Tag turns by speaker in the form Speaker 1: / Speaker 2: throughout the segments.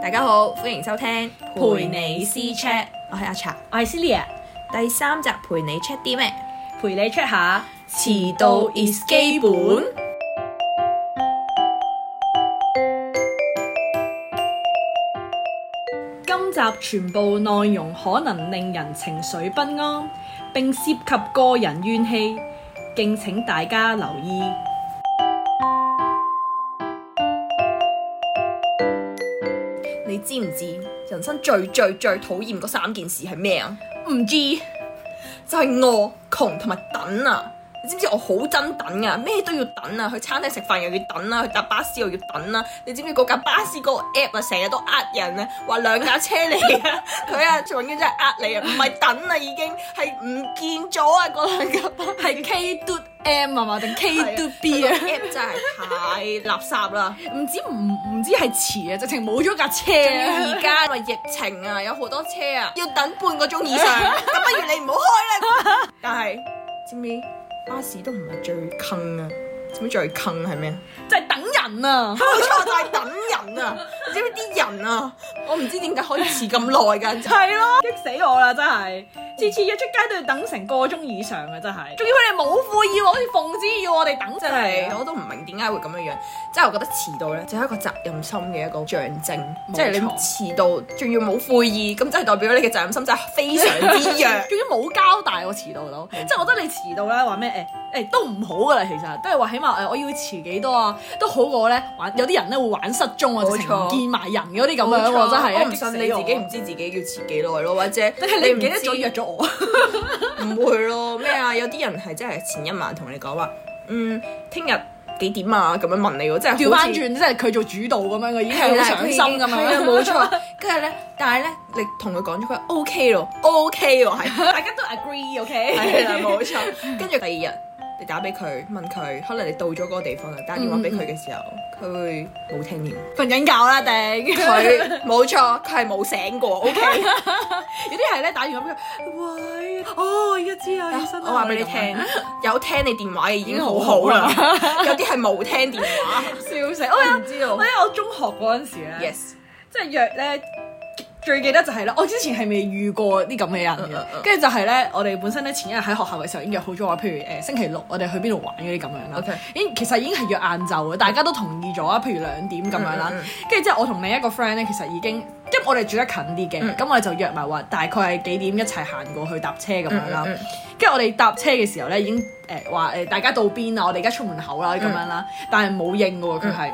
Speaker 1: 大家好，歡迎收聽
Speaker 2: 陪你私 Chat，
Speaker 1: 我係阿茶，
Speaker 2: 我係 Celia，
Speaker 1: 第三集陪你 check 啲咩？
Speaker 2: 陪你 check 下
Speaker 1: 遲到 is 基本。
Speaker 2: 今集全部內容可能令人情緒不安，並涉及個人怨氣，敬請大家留意。
Speaker 1: 你知唔知人生最最最討厭嗰三件事係咩啊？
Speaker 2: 唔知
Speaker 1: 就係餓、窮同埋等啊！你知唔知我好憎等啊？咩都要等啊！去餐廳食飯又要等啊，去搭巴士又要等啊！你知唔知嗰架巴士嗰個 app 啊，成日都呃人啊，話兩架車嚟 啊！佢啊，仲要真係呃你啊，唔係等啊，已經係唔見咗啊！嗰兩架巴士
Speaker 2: 係 K d M 啊嘛定 K d
Speaker 1: 係
Speaker 2: B 啊
Speaker 1: 佢？個 app 真係太垃圾啦！
Speaker 2: 唔知唔唔知係遲啊，直情冇咗架車
Speaker 1: 仲要
Speaker 2: 啊！
Speaker 1: 而家因為疫情啊，有好多車啊，要等半個鐘以上，咁不如你唔好開 啦。但係知唔知巴士都唔係最坑啊？知唔知最坑係咩啊？
Speaker 2: 就係等人啊！
Speaker 1: 冇錯，就係等人啊！你知唔知啲人啊？我唔知點解可以遲咁耐㗎。
Speaker 2: 係咯，激死我啦！真係，次次約出街都要等成個鐘以上啊！真係，仲要佢哋冇悔意喎，好似奉旨要我哋等真
Speaker 1: 真
Speaker 2: 係
Speaker 1: 係，。啊我都唔明點解會咁樣樣，即係我覺得遲到咧，就係一個責任心嘅一個象徵，
Speaker 2: 冇
Speaker 1: 即係你
Speaker 2: 錯
Speaker 1: 遲到仲要冇悔意，咁即係代表你嘅責任心真係非常之弱。
Speaker 2: 仲要冇交代我遲到到，即係我覺得你遲到啦，話咩誒誒都唔好噶啦，其實都係話起碼誒我要遲幾多啊，都好過咧玩有啲人咧會玩失蹤啊，
Speaker 1: 冇錯
Speaker 2: 直情唔見埋人嗰啲咁樣
Speaker 1: 冇
Speaker 2: 喎，
Speaker 1: 錯
Speaker 2: 真係
Speaker 1: 我唔信你自己唔
Speaker 2: 激死
Speaker 1: 知自己要遲幾耐咯，或 者
Speaker 2: 我你唔記得
Speaker 1: 知
Speaker 2: 咗約咗我，
Speaker 1: 唔會咯咩啊？有啲人係真係前一晚同你講話，嗯，聽日幾點啊？咁樣問你喎，真係
Speaker 2: 調
Speaker 1: 好
Speaker 2: 翻
Speaker 1: 似
Speaker 2: 轉即係佢做主導咁樣嘅，已經
Speaker 1: 係
Speaker 2: 係
Speaker 1: 啦
Speaker 2: 好上心
Speaker 1: 佢
Speaker 2: 咁
Speaker 1: 已經係啊
Speaker 2: 樣，
Speaker 1: 冇錯。跟住咧，但係咧，你同佢講咗佢 O K 咯，O K 喎，係
Speaker 2: 大家都 agree，OK？
Speaker 1: 係 啦，冇錯。跟住第二日。你打俾佢問佢，可能你到咗嗰個地方啦，打電話俾佢嘅時候，佢會冇聽電話。
Speaker 2: 嗯瞓緊覺啦，頂
Speaker 1: 佢冇錯，佢係冇醒過。O K，
Speaker 2: 有啲係咧打完咁佢，喂，哦，而家知啊，醫生啊，
Speaker 1: 我話俾你聽，有聽你電話嘅已經好好啦， 有啲係冇聽電話，
Speaker 2: 笑死！我
Speaker 1: 我
Speaker 2: 有，
Speaker 1: 唔知道
Speaker 2: 我。有我中學嗰陣時咧，
Speaker 1: Yes，
Speaker 2: 即係約咧。最記得就係咧，我之前係未遇過啲咁嘅人
Speaker 1: 嗯嗯嗯
Speaker 2: 嘅，跟住就係咧，我哋本身咧前一日喺學校嘅時候已經約好咗話，譬如呃誒星期六我哋去邊度玩嗰啲咁樣啦。
Speaker 1: OK
Speaker 2: 已經其實已經係約晏晝嘅，大家都同意咗啊，譬如兩點咁樣啦
Speaker 1: 嗯嗯嗯。
Speaker 2: 跟住之後我同另一個 friend 咧，其實已經因為我哋住得近啲
Speaker 1: 嗯
Speaker 2: 嘅，咁我哋就約埋話大概係幾點一齊行過去搭車咁樣啦
Speaker 1: 嗯嗯嗯。
Speaker 2: 跟住我哋搭車嘅時候咧，已經誒話誒大家到邊啊，我哋而家出門口啦咁樣啦，
Speaker 1: 嗯
Speaker 2: 但係冇應嘅喎佢係。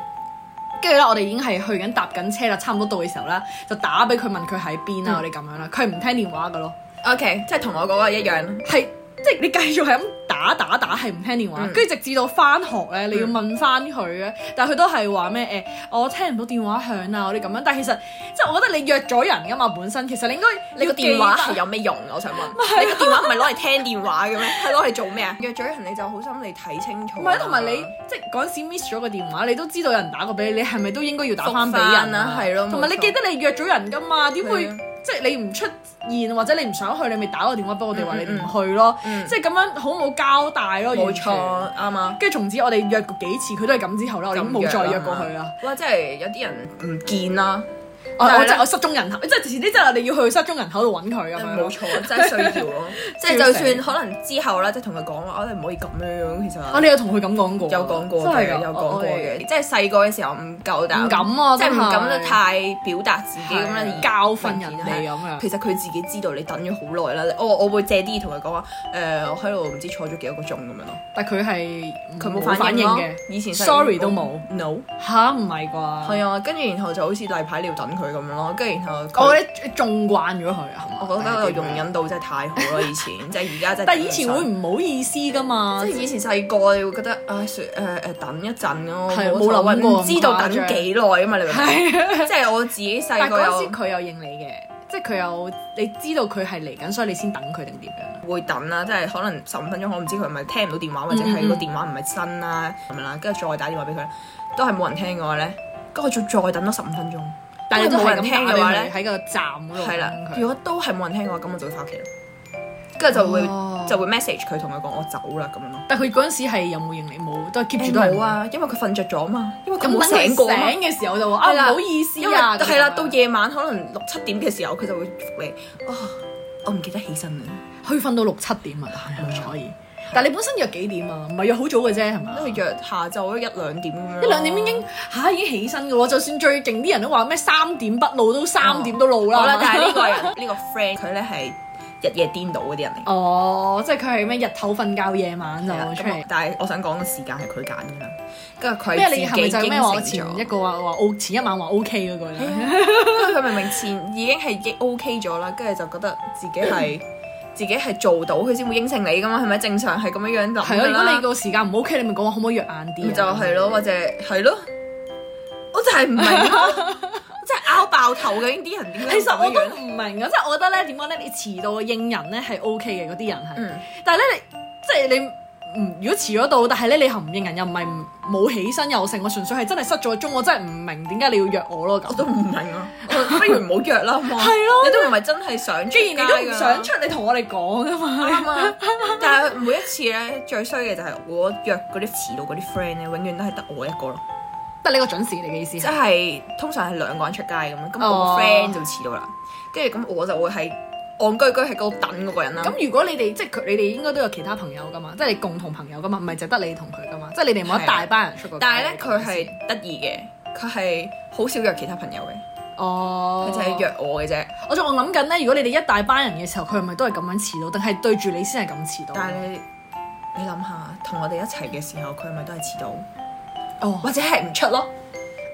Speaker 2: 跟住咧，我哋已經係去緊搭緊車啦，差唔多到嘅時候啦，就打俾佢問佢喺邊啊
Speaker 1: 嗯
Speaker 2: 啦，我哋咁樣啦，佢係唔聽電話嘅咯，
Speaker 1: OK，即係同我嗰個一樣。
Speaker 2: 係即係你繼續係咁打打打係唔聽電話，
Speaker 1: 嗯
Speaker 2: 跟住、直至到翻學咧，你要問翻佢咧，但係佢都係話咩誒，我聽唔到電話響啊，我哋咁樣，但係其實即係我覺得你約咗人噶嘛，本身其實你應該
Speaker 1: 你個
Speaker 2: 要記
Speaker 1: 電
Speaker 2: 得
Speaker 1: 話係有咩用？啊我想問，你個電話唔係攞嚟聽電話 嘅咩？係攞嚟做咩啊？約咗人你就好心你睇清楚。
Speaker 2: 唔係，同埋你即係嗰陣時 miss 咗個電話，你都知道有人打過俾你，你係咪都應該要打翻俾
Speaker 1: 復
Speaker 2: 人
Speaker 1: 返啊
Speaker 2: 啊？
Speaker 1: 係咯
Speaker 2: 同埋你
Speaker 1: 冇錯
Speaker 2: 記得你約咗人噶嘛？點會
Speaker 1: 係啊
Speaker 2: 即係你唔出現或者你唔想去，你咪打個電話俾我哋話
Speaker 1: 嗯
Speaker 2: 你
Speaker 1: 嗯
Speaker 2: 唔去咯？
Speaker 1: 嗯
Speaker 2: 即係咁樣好冇交代咯，
Speaker 1: 冇
Speaker 2: 完
Speaker 1: 錯
Speaker 2: 全。
Speaker 1: 啱啊。
Speaker 2: 跟住從此我哋約過幾次，佢都係咁之後啦，我哋已經冇再約過佢啦。。
Speaker 1: 哇！真係有啲人唔見啦，
Speaker 2: 我
Speaker 1: 但係
Speaker 2: 我
Speaker 1: 咧
Speaker 2: 真係我失蹤人口，即係遲啲真係我哋要去失蹤人口度揾佢咁樣
Speaker 1: 冇
Speaker 2: 咯。
Speaker 1: 錯，真係需要 咯。即係就算可能之後啦，即係同佢講話，我哋唔可以咁樣。其實
Speaker 2: 我哋啊有同佢咁講過，
Speaker 1: 有講過
Speaker 2: 真
Speaker 1: 嘅，
Speaker 2: 係
Speaker 1: 有
Speaker 2: 㗎
Speaker 1: 講
Speaker 2: 我
Speaker 1: 過
Speaker 2: 我
Speaker 1: 嘅，即係細個嘅時候唔夠膽，
Speaker 2: 唔敢啊
Speaker 1: 即係唔
Speaker 2: 真係
Speaker 1: 敢得太表達自己咁
Speaker 2: 係
Speaker 1: 樣，
Speaker 2: 教訓人哋咁樣
Speaker 1: 啊其實佢自己知道你等咗好耐啦，我我會借啲嘢同佢講話，誒我喺度唔知坐咗幾多個鐘咁樣咯，
Speaker 2: 但佢係
Speaker 1: 佢冇
Speaker 2: 反應
Speaker 1: 咯
Speaker 2: 嘅，
Speaker 1: 以前細個
Speaker 2: sorry 都冇。
Speaker 1: no，
Speaker 2: 吓，唔係啩？
Speaker 1: 係啊，跟住然後就好似例牌你要等佢咁樣咯，跟住然後佢
Speaker 2: 我覺得縱慣咗佢啊，係嘛
Speaker 1: 我覺得我容。忍度真係太好啦，以 前即係而家真係頂唔順。
Speaker 2: 但係以前會唔好意思噶嘛
Speaker 1: 即，係以前細個，你會覺得啊，説誒誒等一陣咯，
Speaker 2: 係
Speaker 1: 冇所謂
Speaker 2: 冇諗過
Speaker 1: 唔知道
Speaker 2: 咁誇
Speaker 1: 等
Speaker 2: 張
Speaker 1: 幾耐啊嘛，你明唔明？
Speaker 2: 係啊。
Speaker 1: 即係我自己細
Speaker 2: 但係
Speaker 1: 個
Speaker 2: 嗰陣
Speaker 1: 有
Speaker 2: 時佢有應你嘅，即係佢有你知道佢係嚟緊，所以你先等佢定點樣？
Speaker 1: 會等啦，即係可能十五分鐘，我唔知佢係咪聽唔到電話，或者係個電話唔係新啦咁樣啦，跟住再打電話俾佢，都係冇人聽嘅話咧，跟住再再等多十五分鐘，
Speaker 2: 但係你都
Speaker 1: 冇
Speaker 2: 係
Speaker 1: 人
Speaker 2: 咁
Speaker 1: 聽嘅
Speaker 2: 打俾
Speaker 1: 話
Speaker 2: 佢
Speaker 1: 咧，
Speaker 2: 喺個站嗰度
Speaker 1: 係啦
Speaker 2: 等，
Speaker 1: 如
Speaker 2: 佢。
Speaker 1: 果都係冇人聽嘅話，咁我就會翻屋企啦。跟住就會
Speaker 2: 哦
Speaker 1: 就會 message 佢同佢講我走啦咁樣咯。
Speaker 2: 但佢嗰陣時係有冇應你冇，都係 keep
Speaker 1: 誒
Speaker 2: 住都係
Speaker 1: 冇。啊，因為佢瞓着咗嘛，因為佢
Speaker 2: 咁
Speaker 1: 冇
Speaker 2: 等佢
Speaker 1: 醒過啊嘛。
Speaker 2: 醒嘅時候就話啊
Speaker 1: 係啦
Speaker 2: 唔好意思
Speaker 1: 因為
Speaker 2: 啊，
Speaker 1: 係啦，
Speaker 2: 咁樣
Speaker 1: 到夜晚可能六七點嘅時候，佢就會復你啊，我唔記得起身啦，
Speaker 2: 去瞓到六七點啊，冇錯可以。但係你本身約幾點啊？唔係約好早嘅啫，係嘛
Speaker 1: 都？係約下晝一兩點咁樣咯。
Speaker 2: 一兩點已經嚇、已經起身嘅咯，就算最勁啲人都話咩三點不露都三點都露啦。
Speaker 1: 哦好啦
Speaker 2: 係，嘛
Speaker 1: 但係呢個人呢個 friend 佢咧係日夜顛倒嗰啲人嚟。
Speaker 2: 哦，即係佢係咩日頭瞓覺，夜晚就
Speaker 1: 係啦啊
Speaker 2: 出
Speaker 1: 咁我
Speaker 2: 嚟。
Speaker 1: 但係我想講嘅時間係佢揀嘅啦，跟住佢
Speaker 2: 咩？
Speaker 1: 自
Speaker 2: 你係咪
Speaker 1: 己
Speaker 2: 就係
Speaker 1: 應
Speaker 2: 咩話我
Speaker 1: 承
Speaker 2: 前
Speaker 1: 咗
Speaker 2: 一。個話話 O 前一晚話 O K 嗰個咧？
Speaker 1: 因為佢明明前已經係 OK 咗啦，跟住就覺得自己 係自己係做到，佢先會應承你噶嘛，係咪正常係咁樣樣諗
Speaker 2: 係咯，
Speaker 1: 㗎
Speaker 2: 如果
Speaker 1: 啦
Speaker 2: 你個時間唔 O K，你咪講話可唔可以約晏啲
Speaker 1: 咪
Speaker 2: 啊？
Speaker 1: 就係咯，或者係咯，我就係唔明 咯，即係拗爆頭嘅啲人點解
Speaker 2: 其實我
Speaker 1: 咁樣
Speaker 2: 都唔明啊，即係我覺得咧點講咧，你遲到嘅應人咧係 O K 嘅嗰啲人係，
Speaker 1: 嗯
Speaker 2: 但係咧你即係你唔如果遲咗到，但係咧你又唔應人，又唔係唔冇起身又剩，我純粹係真係失咗蹤，我真係唔明點解你要約我咯
Speaker 1: 我
Speaker 2: 咁。
Speaker 1: 都唔明啊，我不如唔好約啦，好嘛？
Speaker 2: 係咯
Speaker 1: 你都唔係真係想出
Speaker 2: 既
Speaker 1: 街
Speaker 2: 然你都唔
Speaker 1: 㗎
Speaker 2: 想出，你同我哋講噶嘛。
Speaker 1: 啱啊！但係每一次咧，最衰嘅就係我約嗰啲遲到嗰啲 friend 咧，永遠都係得我一個咯，
Speaker 2: 得你個準時，你啊嘅意思
Speaker 1: 即
Speaker 2: 係？
Speaker 1: 係通常係兩個人出街咁樣，咁
Speaker 2: 哦
Speaker 1: 我個 friend 就遲到啦，跟住咁我就會係戇居居喺嗰度等嗰個人啦。
Speaker 2: 咁如果你哋即係佢，你哋應該都有其他朋友噶嘛，即係你共同朋友噶嘛，唔係就得你同佢噶嘛，即係你啊哋冇一大班人出過街。
Speaker 1: 但係咧，佢係得意嘅，佢係好少約其他朋友嘅，
Speaker 2: 哦，
Speaker 1: 佢就係。約我嘅啫。
Speaker 2: 我仲我諗緊咧，如果你哋一大班人嘅時候，佢係咪都係咁樣遲到，定係對住你先係咁遲到？
Speaker 1: 但係你你諗下，同我哋一齊嘅時候，佢係咪都係遲到，
Speaker 2: 哦
Speaker 1: 或者係唔出咯？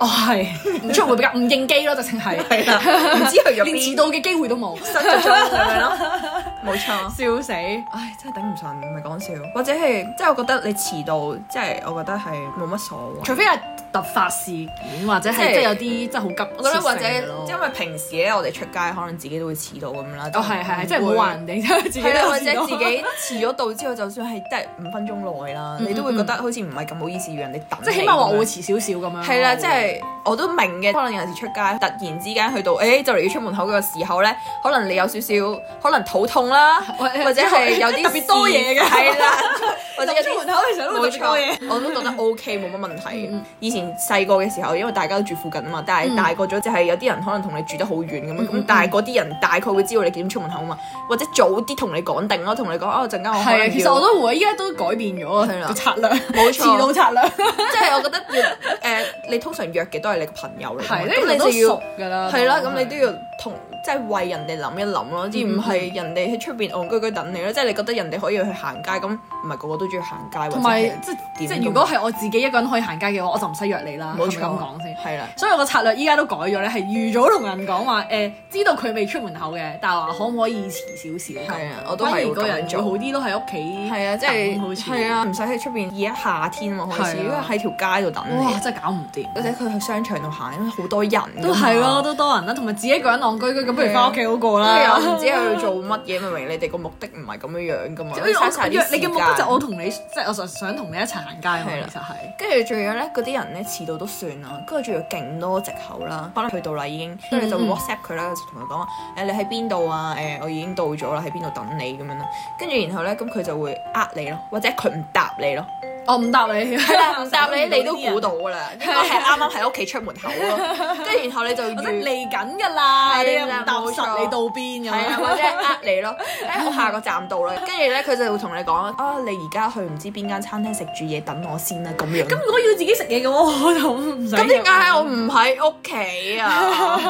Speaker 2: 哦係， 唔出會比較唔應機咯，直情係啊
Speaker 1: 係啦， 唔知去咗
Speaker 2: 連遲
Speaker 1: 邊，
Speaker 2: 到嘅機會都 冇，
Speaker 1: 失咗蹤咁樣咯， 冇錯。
Speaker 2: 笑死！
Speaker 1: 唉，真係頂唔順，唔係講笑，或者係即係我覺得你遲到，即係我覺得係冇乜所謂。
Speaker 2: 除非係突發事件，或者係
Speaker 1: 即係
Speaker 2: 即係有啲真係好急，
Speaker 1: 我覺得或者
Speaker 2: 因
Speaker 1: 因為平時咧，我哋出街可能自己都會遲到咁啦。
Speaker 2: 哦係係係，即係唔好話人哋，自 己都
Speaker 1: 係啦，啊或
Speaker 2: 知
Speaker 1: 者
Speaker 2: 道
Speaker 1: 自己遲咗到之後，就算係即係五分鐘內啦，你都會覺得好似唔係咁好意思，要人哋等你咁樣。
Speaker 2: 即係起碼話我會遲少少咁樣咯。
Speaker 1: 係啦，
Speaker 2: 會
Speaker 1: 即係我都明嘅。可能有陣時出街，突然之間去到，誒、就嚟要出門口嘅時候咧，可能你有少少可能肚痛啦，
Speaker 2: 或
Speaker 1: 或者係有啲
Speaker 2: 特別多嘢嘅
Speaker 1: 事係啦，或者有
Speaker 2: 出
Speaker 1: 啲
Speaker 2: 門口嘅時候都會
Speaker 1: 冇
Speaker 2: 特別多嘢。
Speaker 1: 錯，我都覺得 O K 冇乜問題嘅
Speaker 2: 嗯嗯
Speaker 1: 以前細個嘅時候，因為大家都住附近啊嘛，但係大個咗就係有啲人可能同你住得好遠咁樣，咁但係嗰啲人大概會知道你幾點出門口啊嘛，或者早啲同你講定咯，同你講哦陣間我可能
Speaker 2: 係
Speaker 1: 要
Speaker 2: 啊，其實我都會，依家都改變咗
Speaker 1: 係啦
Speaker 2: 個策略，
Speaker 1: 冇錯
Speaker 2: 遲到策略
Speaker 1: 即係我覺得要誒、你通常約嘅 都係你個朋友嚟㗎嘛，
Speaker 2: 係，
Speaker 1: 咁
Speaker 2: 呢
Speaker 1: 你
Speaker 2: 個都
Speaker 1: 就要
Speaker 2: 熟。㗎啦。
Speaker 1: 啊係啦，嗯咁
Speaker 2: 當
Speaker 1: 你
Speaker 2: 係
Speaker 1: 都要同即係為人哋諗一諗咯，而唔係人哋喺出邊戇居居等你咯。即係你覺得人哋可以去行街，咁唔係個個都中意行街，
Speaker 2: 同埋
Speaker 1: 或者
Speaker 2: 即
Speaker 1: 點
Speaker 2: 即
Speaker 1: 㗎嘛
Speaker 2: 係如果係我自己一個人可以行街嘅話，我就唔使約你啦。
Speaker 1: 係冇
Speaker 2: 係咪
Speaker 1: 錯
Speaker 2: 咁講先。
Speaker 1: 係啦，
Speaker 2: 所以我個策略依家都改咗咧，係預早同人講話誒，知道佢未出門口嘅，但係話可唔可以遲少少？
Speaker 1: 係啊我都係
Speaker 2: 反而
Speaker 1: 會
Speaker 2: 個人
Speaker 1: 咁
Speaker 2: 會
Speaker 1: 做
Speaker 2: 好啲咯，喺屋企
Speaker 1: 係啊，即
Speaker 2: 等好
Speaker 1: 係
Speaker 2: 似
Speaker 1: 係啊，唔使喺出邊。而家夏天啊嘛開始，
Speaker 2: 係啊
Speaker 1: 因為喺條街度等
Speaker 2: 哇，
Speaker 1: 你，
Speaker 2: 真係搞唔掂。
Speaker 1: 或者佢去商場度行，因為好多人㗎
Speaker 2: 都係咯，
Speaker 1: 嘛。
Speaker 2: 都多人啦，同埋自己一個人戇居居咁，不如
Speaker 1: 係啊
Speaker 2: 翻屋企好過
Speaker 1: 因為又
Speaker 2: 啦。
Speaker 1: 唔知 佢做乜嘢，明明你哋個目的唔係咁哎樣樣噶嘛，
Speaker 2: 因為我
Speaker 1: 嘥晒啲
Speaker 2: 你嘅目的
Speaker 1: 時
Speaker 2: 就
Speaker 1: 間
Speaker 2: 係我同你，即係我想想同你一齊行街啊嘛，
Speaker 1: 係啦
Speaker 2: 其實係。
Speaker 1: 跟住仲有咧，嗰啲人咧遲到都算啦，跟住仲要勁多藉口啦，可能去到啦已經，跟住就會
Speaker 2: 嗯
Speaker 1: WhatsApp 佢啦，就同佢講話誒你喺邊度啊？誒、我已經到咗啦，喺邊度等你咁樣啦。跟住然後咧，咁佢就會呃你咯，或者佢唔答你 咯，
Speaker 2: 我哦唔答你，
Speaker 1: 係啦，唔答 你你都估
Speaker 2: 到。
Speaker 1: 到㗎啦，應該係啱啱喺屋企出門口 咯。跟住然後你就
Speaker 2: 我即
Speaker 1: 預
Speaker 2: 係嚟緊㗎啦，
Speaker 1: 係
Speaker 2: 你又
Speaker 1: 啦
Speaker 2: 唔踏
Speaker 1: 冇錯
Speaker 2: 實，你到邊咁
Speaker 1: 係啊，
Speaker 2: 樣？
Speaker 1: 或者係呃你 咯，誒我下個站到啦，跟住咧佢就會同你講啊，你而家去唔知邊間餐廳食住嘢等我先啦咁樣。
Speaker 2: 咁如果要自己食嘢嘅話，我就唔使。
Speaker 1: 咁點解我唔喺屋企啊？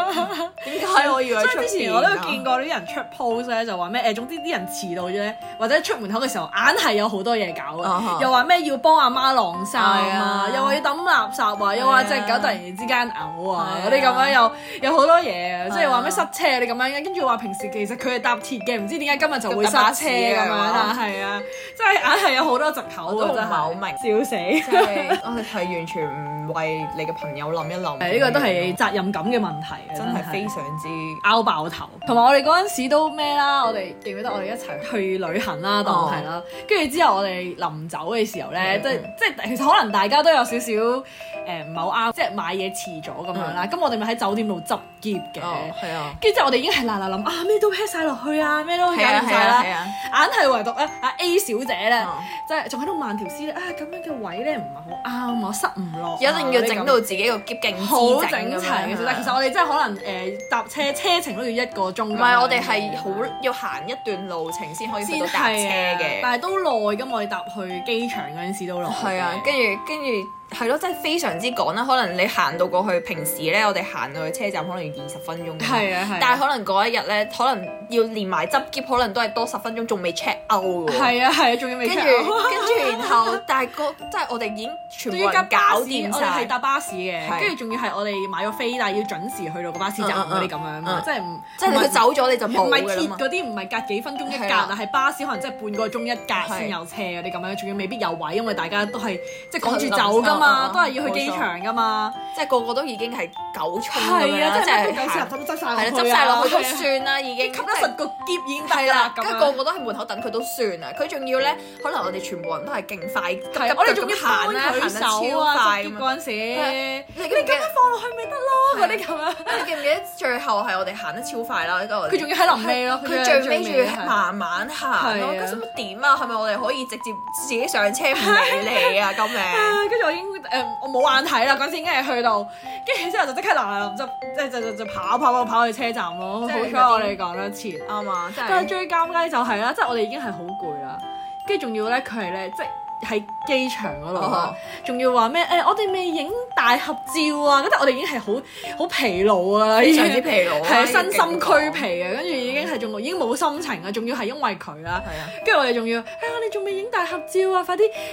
Speaker 1: 點解我要喺出
Speaker 2: 所以之前
Speaker 1: 邊
Speaker 2: 我都
Speaker 1: 啊
Speaker 2: 有見過啲人出 post 咧，就話咩誒，總之啲人遲到啫，或者出門口嘅時候硬係有好多嘢搞
Speaker 1: 啊
Speaker 2: 啊
Speaker 1: 哈，
Speaker 2: 又話咩要幫阿媽晾衫啊
Speaker 1: 係啊，
Speaker 2: 又話要抌垃圾啊，又話隻狗突然之間嘔啊，嗰啲咁樣又有好多
Speaker 1: 啊
Speaker 2: 嘢，啊即係話咩塞車嗰啲咁樣，跟住話平時其實佢係搭鐵嘅，唔知點解今日就會塞車咁樣啊，係啊，即係硬係有好多藉口
Speaker 1: 我
Speaker 2: 啊，
Speaker 1: 都唔
Speaker 2: 真
Speaker 1: 係好明
Speaker 2: 係笑死！
Speaker 1: 即係我哋係完全唔為你嘅朋友諗一諗。
Speaker 2: 誒呢個都係責任感嘅問題啊，
Speaker 1: 啊真係非常之
Speaker 2: 拗爆頭，同埋我哋嗰陣時都咩啦，我哋記唔記得我哋一齊去旅行啦，當係啦，跟住之後我哋臨走嘅時候咧，
Speaker 1: 哦嗯
Speaker 2: 即係即係其實可能大家都有少少誒唔係好啱，即係買嘢遲咗咁樣啦。咁我哋咪喺酒店度執篋嘅。
Speaker 1: 嗯哦，係啊，
Speaker 2: 跟住之後，我哋已經係嗱嗱諗啊，咩都 pack 晒落去啊，咩都搞
Speaker 1: 係啊
Speaker 2: 掂
Speaker 1: 係
Speaker 2: 晒
Speaker 1: 啊
Speaker 2: 啦，
Speaker 1: 係啊，
Speaker 2: 硬係唯獨咧，阿 A 小姐咧
Speaker 1: 哦，
Speaker 2: 即係仲喺度慢條斯咧，啊咁樣嘅位咧唔係好啱我，塞唔落啊，
Speaker 1: 一定要整啊
Speaker 2: 呢
Speaker 1: 到自己個夾勁
Speaker 2: 咁
Speaker 1: 好
Speaker 2: 好整齊嘅。但
Speaker 1: 啊
Speaker 2: 其實我哋真係可能誒搭車車程都要一個鐘咁樣嘅。
Speaker 1: 唔係我哋係好要行一段路程先可以去
Speaker 2: 先
Speaker 1: 到
Speaker 2: 係
Speaker 1: 搭車
Speaker 2: 啊
Speaker 1: 嘅，
Speaker 2: 但係都耐咁，我哋搭去機場嗰陣時都耐嘅。
Speaker 1: 係啊，跟住跟住係咯，真係非常之趕啦。可能你行到過去，平時咧我哋行到去車站可能要二十分鐘㗎嘛，
Speaker 2: 係啊係啊
Speaker 1: 但係可能嗰一日咧，可能要連埋執篋，可能都係多十分鐘，仲未 check out 喎。
Speaker 2: 係啊係啊，仲要未
Speaker 1: 跟住
Speaker 2: check
Speaker 1: 跟住，然後但係個即係我哋已經全部
Speaker 2: 仲要
Speaker 1: 人
Speaker 2: 架巴
Speaker 1: 搞
Speaker 2: 士，
Speaker 1: 掂
Speaker 2: 我哋係
Speaker 1: 晒，
Speaker 2: 搭巴士嘅，
Speaker 1: 係
Speaker 2: 跟住仲要係我哋買咗飛，但係要準時去到個巴士站
Speaker 1: 嗯嗯
Speaker 2: 嗰
Speaker 1: 嗯
Speaker 2: 啲咁樣嘛，
Speaker 1: 嗯
Speaker 2: 即係唔
Speaker 1: 即係佢
Speaker 2: 唔係
Speaker 1: 走咗你就
Speaker 2: 唔
Speaker 1: 冇
Speaker 2: 係
Speaker 1: 㗎啦
Speaker 2: 鐵
Speaker 1: 嘛。
Speaker 2: 嗰啲，唔係隔幾分鐘一
Speaker 1: 係
Speaker 2: 格
Speaker 1: 啦，
Speaker 2: 但係巴士可能即係半個鐘一格先有車嗰啲咁樣，仲要未必有位，因為大家都係即係趕住走噶嘛，
Speaker 1: 嗯嗯嗯
Speaker 2: 都係要去機場噶嘛，
Speaker 1: 即係個個都已經係狗衝咁樣
Speaker 2: 係
Speaker 1: 啦，
Speaker 2: 啊，
Speaker 1: 即
Speaker 2: 即係
Speaker 1: 係
Speaker 2: 九
Speaker 1: 行
Speaker 2: 十執晒
Speaker 1: 係啦，
Speaker 2: 落
Speaker 1: 執晒落去都
Speaker 2: 係啊
Speaker 1: 算啦，已經
Speaker 2: 吸得實個夾已經得
Speaker 1: 係
Speaker 2: 㗎
Speaker 1: 啦
Speaker 2: 啦，，咁
Speaker 1: 跟住
Speaker 2: 樣
Speaker 1: 個個都喺門口等佢都算啦。佢仲要咧，可能我哋全部人都係勁快，急
Speaker 2: 係
Speaker 1: 急
Speaker 2: 我哋
Speaker 1: 腳
Speaker 2: 仲要
Speaker 1: 咁行
Speaker 2: 行
Speaker 1: 啦，
Speaker 2: 啦，
Speaker 1: 行得
Speaker 2: 行
Speaker 1: 超
Speaker 2: 手啊，
Speaker 1: 快
Speaker 2: 執
Speaker 1: 咁
Speaker 2: 結
Speaker 1: 樣。
Speaker 2: 嗰陣時，
Speaker 1: 你記
Speaker 2: 你
Speaker 1: 唔記得
Speaker 2: 咁樣放落去咪得咯，嗰啲咁樣。
Speaker 1: 你記唔記得最後係我哋行得超快啦？嗰
Speaker 2: 佢仲要喺臨尾咯，
Speaker 1: 佢最尾仲要
Speaker 2: 係
Speaker 1: 慢慢行咯，
Speaker 2: 係啊
Speaker 1: 咁乜點啊？係咪我哋可以直接自己上車唔理你啊？救命！
Speaker 2: 啊，跟住我已經誒，我冇眼睇啦，嗰陣時已經係去到，跟住之後就即刻嗱嗱臨就即係就就就跑跑跑跑去車站咯。好
Speaker 1: 即係
Speaker 2: 彩我哋講得切，
Speaker 1: 啱啊，真
Speaker 2: 但係
Speaker 1: 係
Speaker 2: 最尷尬就係啦，即係我哋已經係好攰啦，跟住仲要咧佢係咧即係。喺機場嗰度啦
Speaker 1: 哦，
Speaker 2: 仲要話咩？誒、呃我哋未影大合照啊！覺得我哋已經係好好疲勞啊，
Speaker 1: 非
Speaker 2: 已經
Speaker 1: 常之疲勞啊，
Speaker 2: 係
Speaker 1: 已經
Speaker 2: 身心俱疲
Speaker 1: 啊
Speaker 2: 啊嘅，跟住已經係仲已經冇心情啦，啊仲要係因為佢啦。
Speaker 1: 係啊。
Speaker 2: 跟住我哋仲要，啊你仲未影大合照啊！快啲
Speaker 1: 一齊
Speaker 2: 誒喺個喺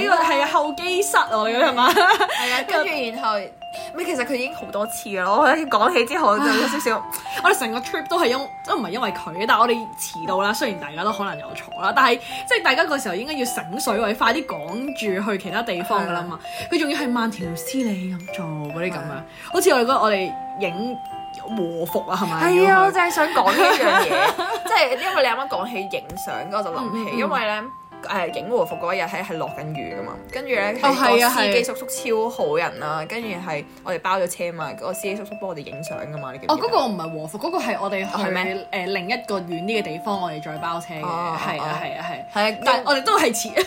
Speaker 1: 影
Speaker 2: 個
Speaker 1: 啦
Speaker 2: 係啊後機室我哋係嘛？
Speaker 1: 係啊，跟住然後咩？其實佢已經好多次啦。我覺得講起之後就有少少，
Speaker 2: 我哋成個 trip 都係因都唔係因為佢嘅，但係我哋遲到啦。雖然大家都可能有錯啦，但係即係大家嗰時候應該要醒水位，快啲趕住去其他地方㗎啦嘛。佢仲要係慢條斯理咁做嗰啲咁
Speaker 1: 啊係啊
Speaker 2: 樣，好似我哋嗰我哋影和服啊係咪？
Speaker 1: 係啊，
Speaker 2: 要
Speaker 1: 我
Speaker 2: 去
Speaker 1: 真係想講呢一樣嘢， 即係因為你啱啱講起影相，我就諗
Speaker 2: 嗯嗯
Speaker 1: 起，
Speaker 2: 嗯
Speaker 1: 因為咧。誒影和服嗰一日係係落緊雨噶嘛，跟住咧
Speaker 2: 哦
Speaker 1: 係
Speaker 2: 係
Speaker 1: 個
Speaker 2: 啊
Speaker 1: 司機叔叔超好人啦，跟住係我哋包咗車嘛，個司機叔叔幫我哋影相噶嘛，你記唔記得？
Speaker 2: 哦，嗰、個唔係和服，嗰、個係我哋去
Speaker 1: 係
Speaker 2: 誒
Speaker 1: 咩、
Speaker 2: 另一個遠啲嘅地方，我哋再包車嘅，係
Speaker 1: 哦
Speaker 2: 啊係
Speaker 1: 哦
Speaker 2: 啊係啊。
Speaker 1: 係啊，
Speaker 2: 但
Speaker 1: 但
Speaker 2: 係我哋都係遲，係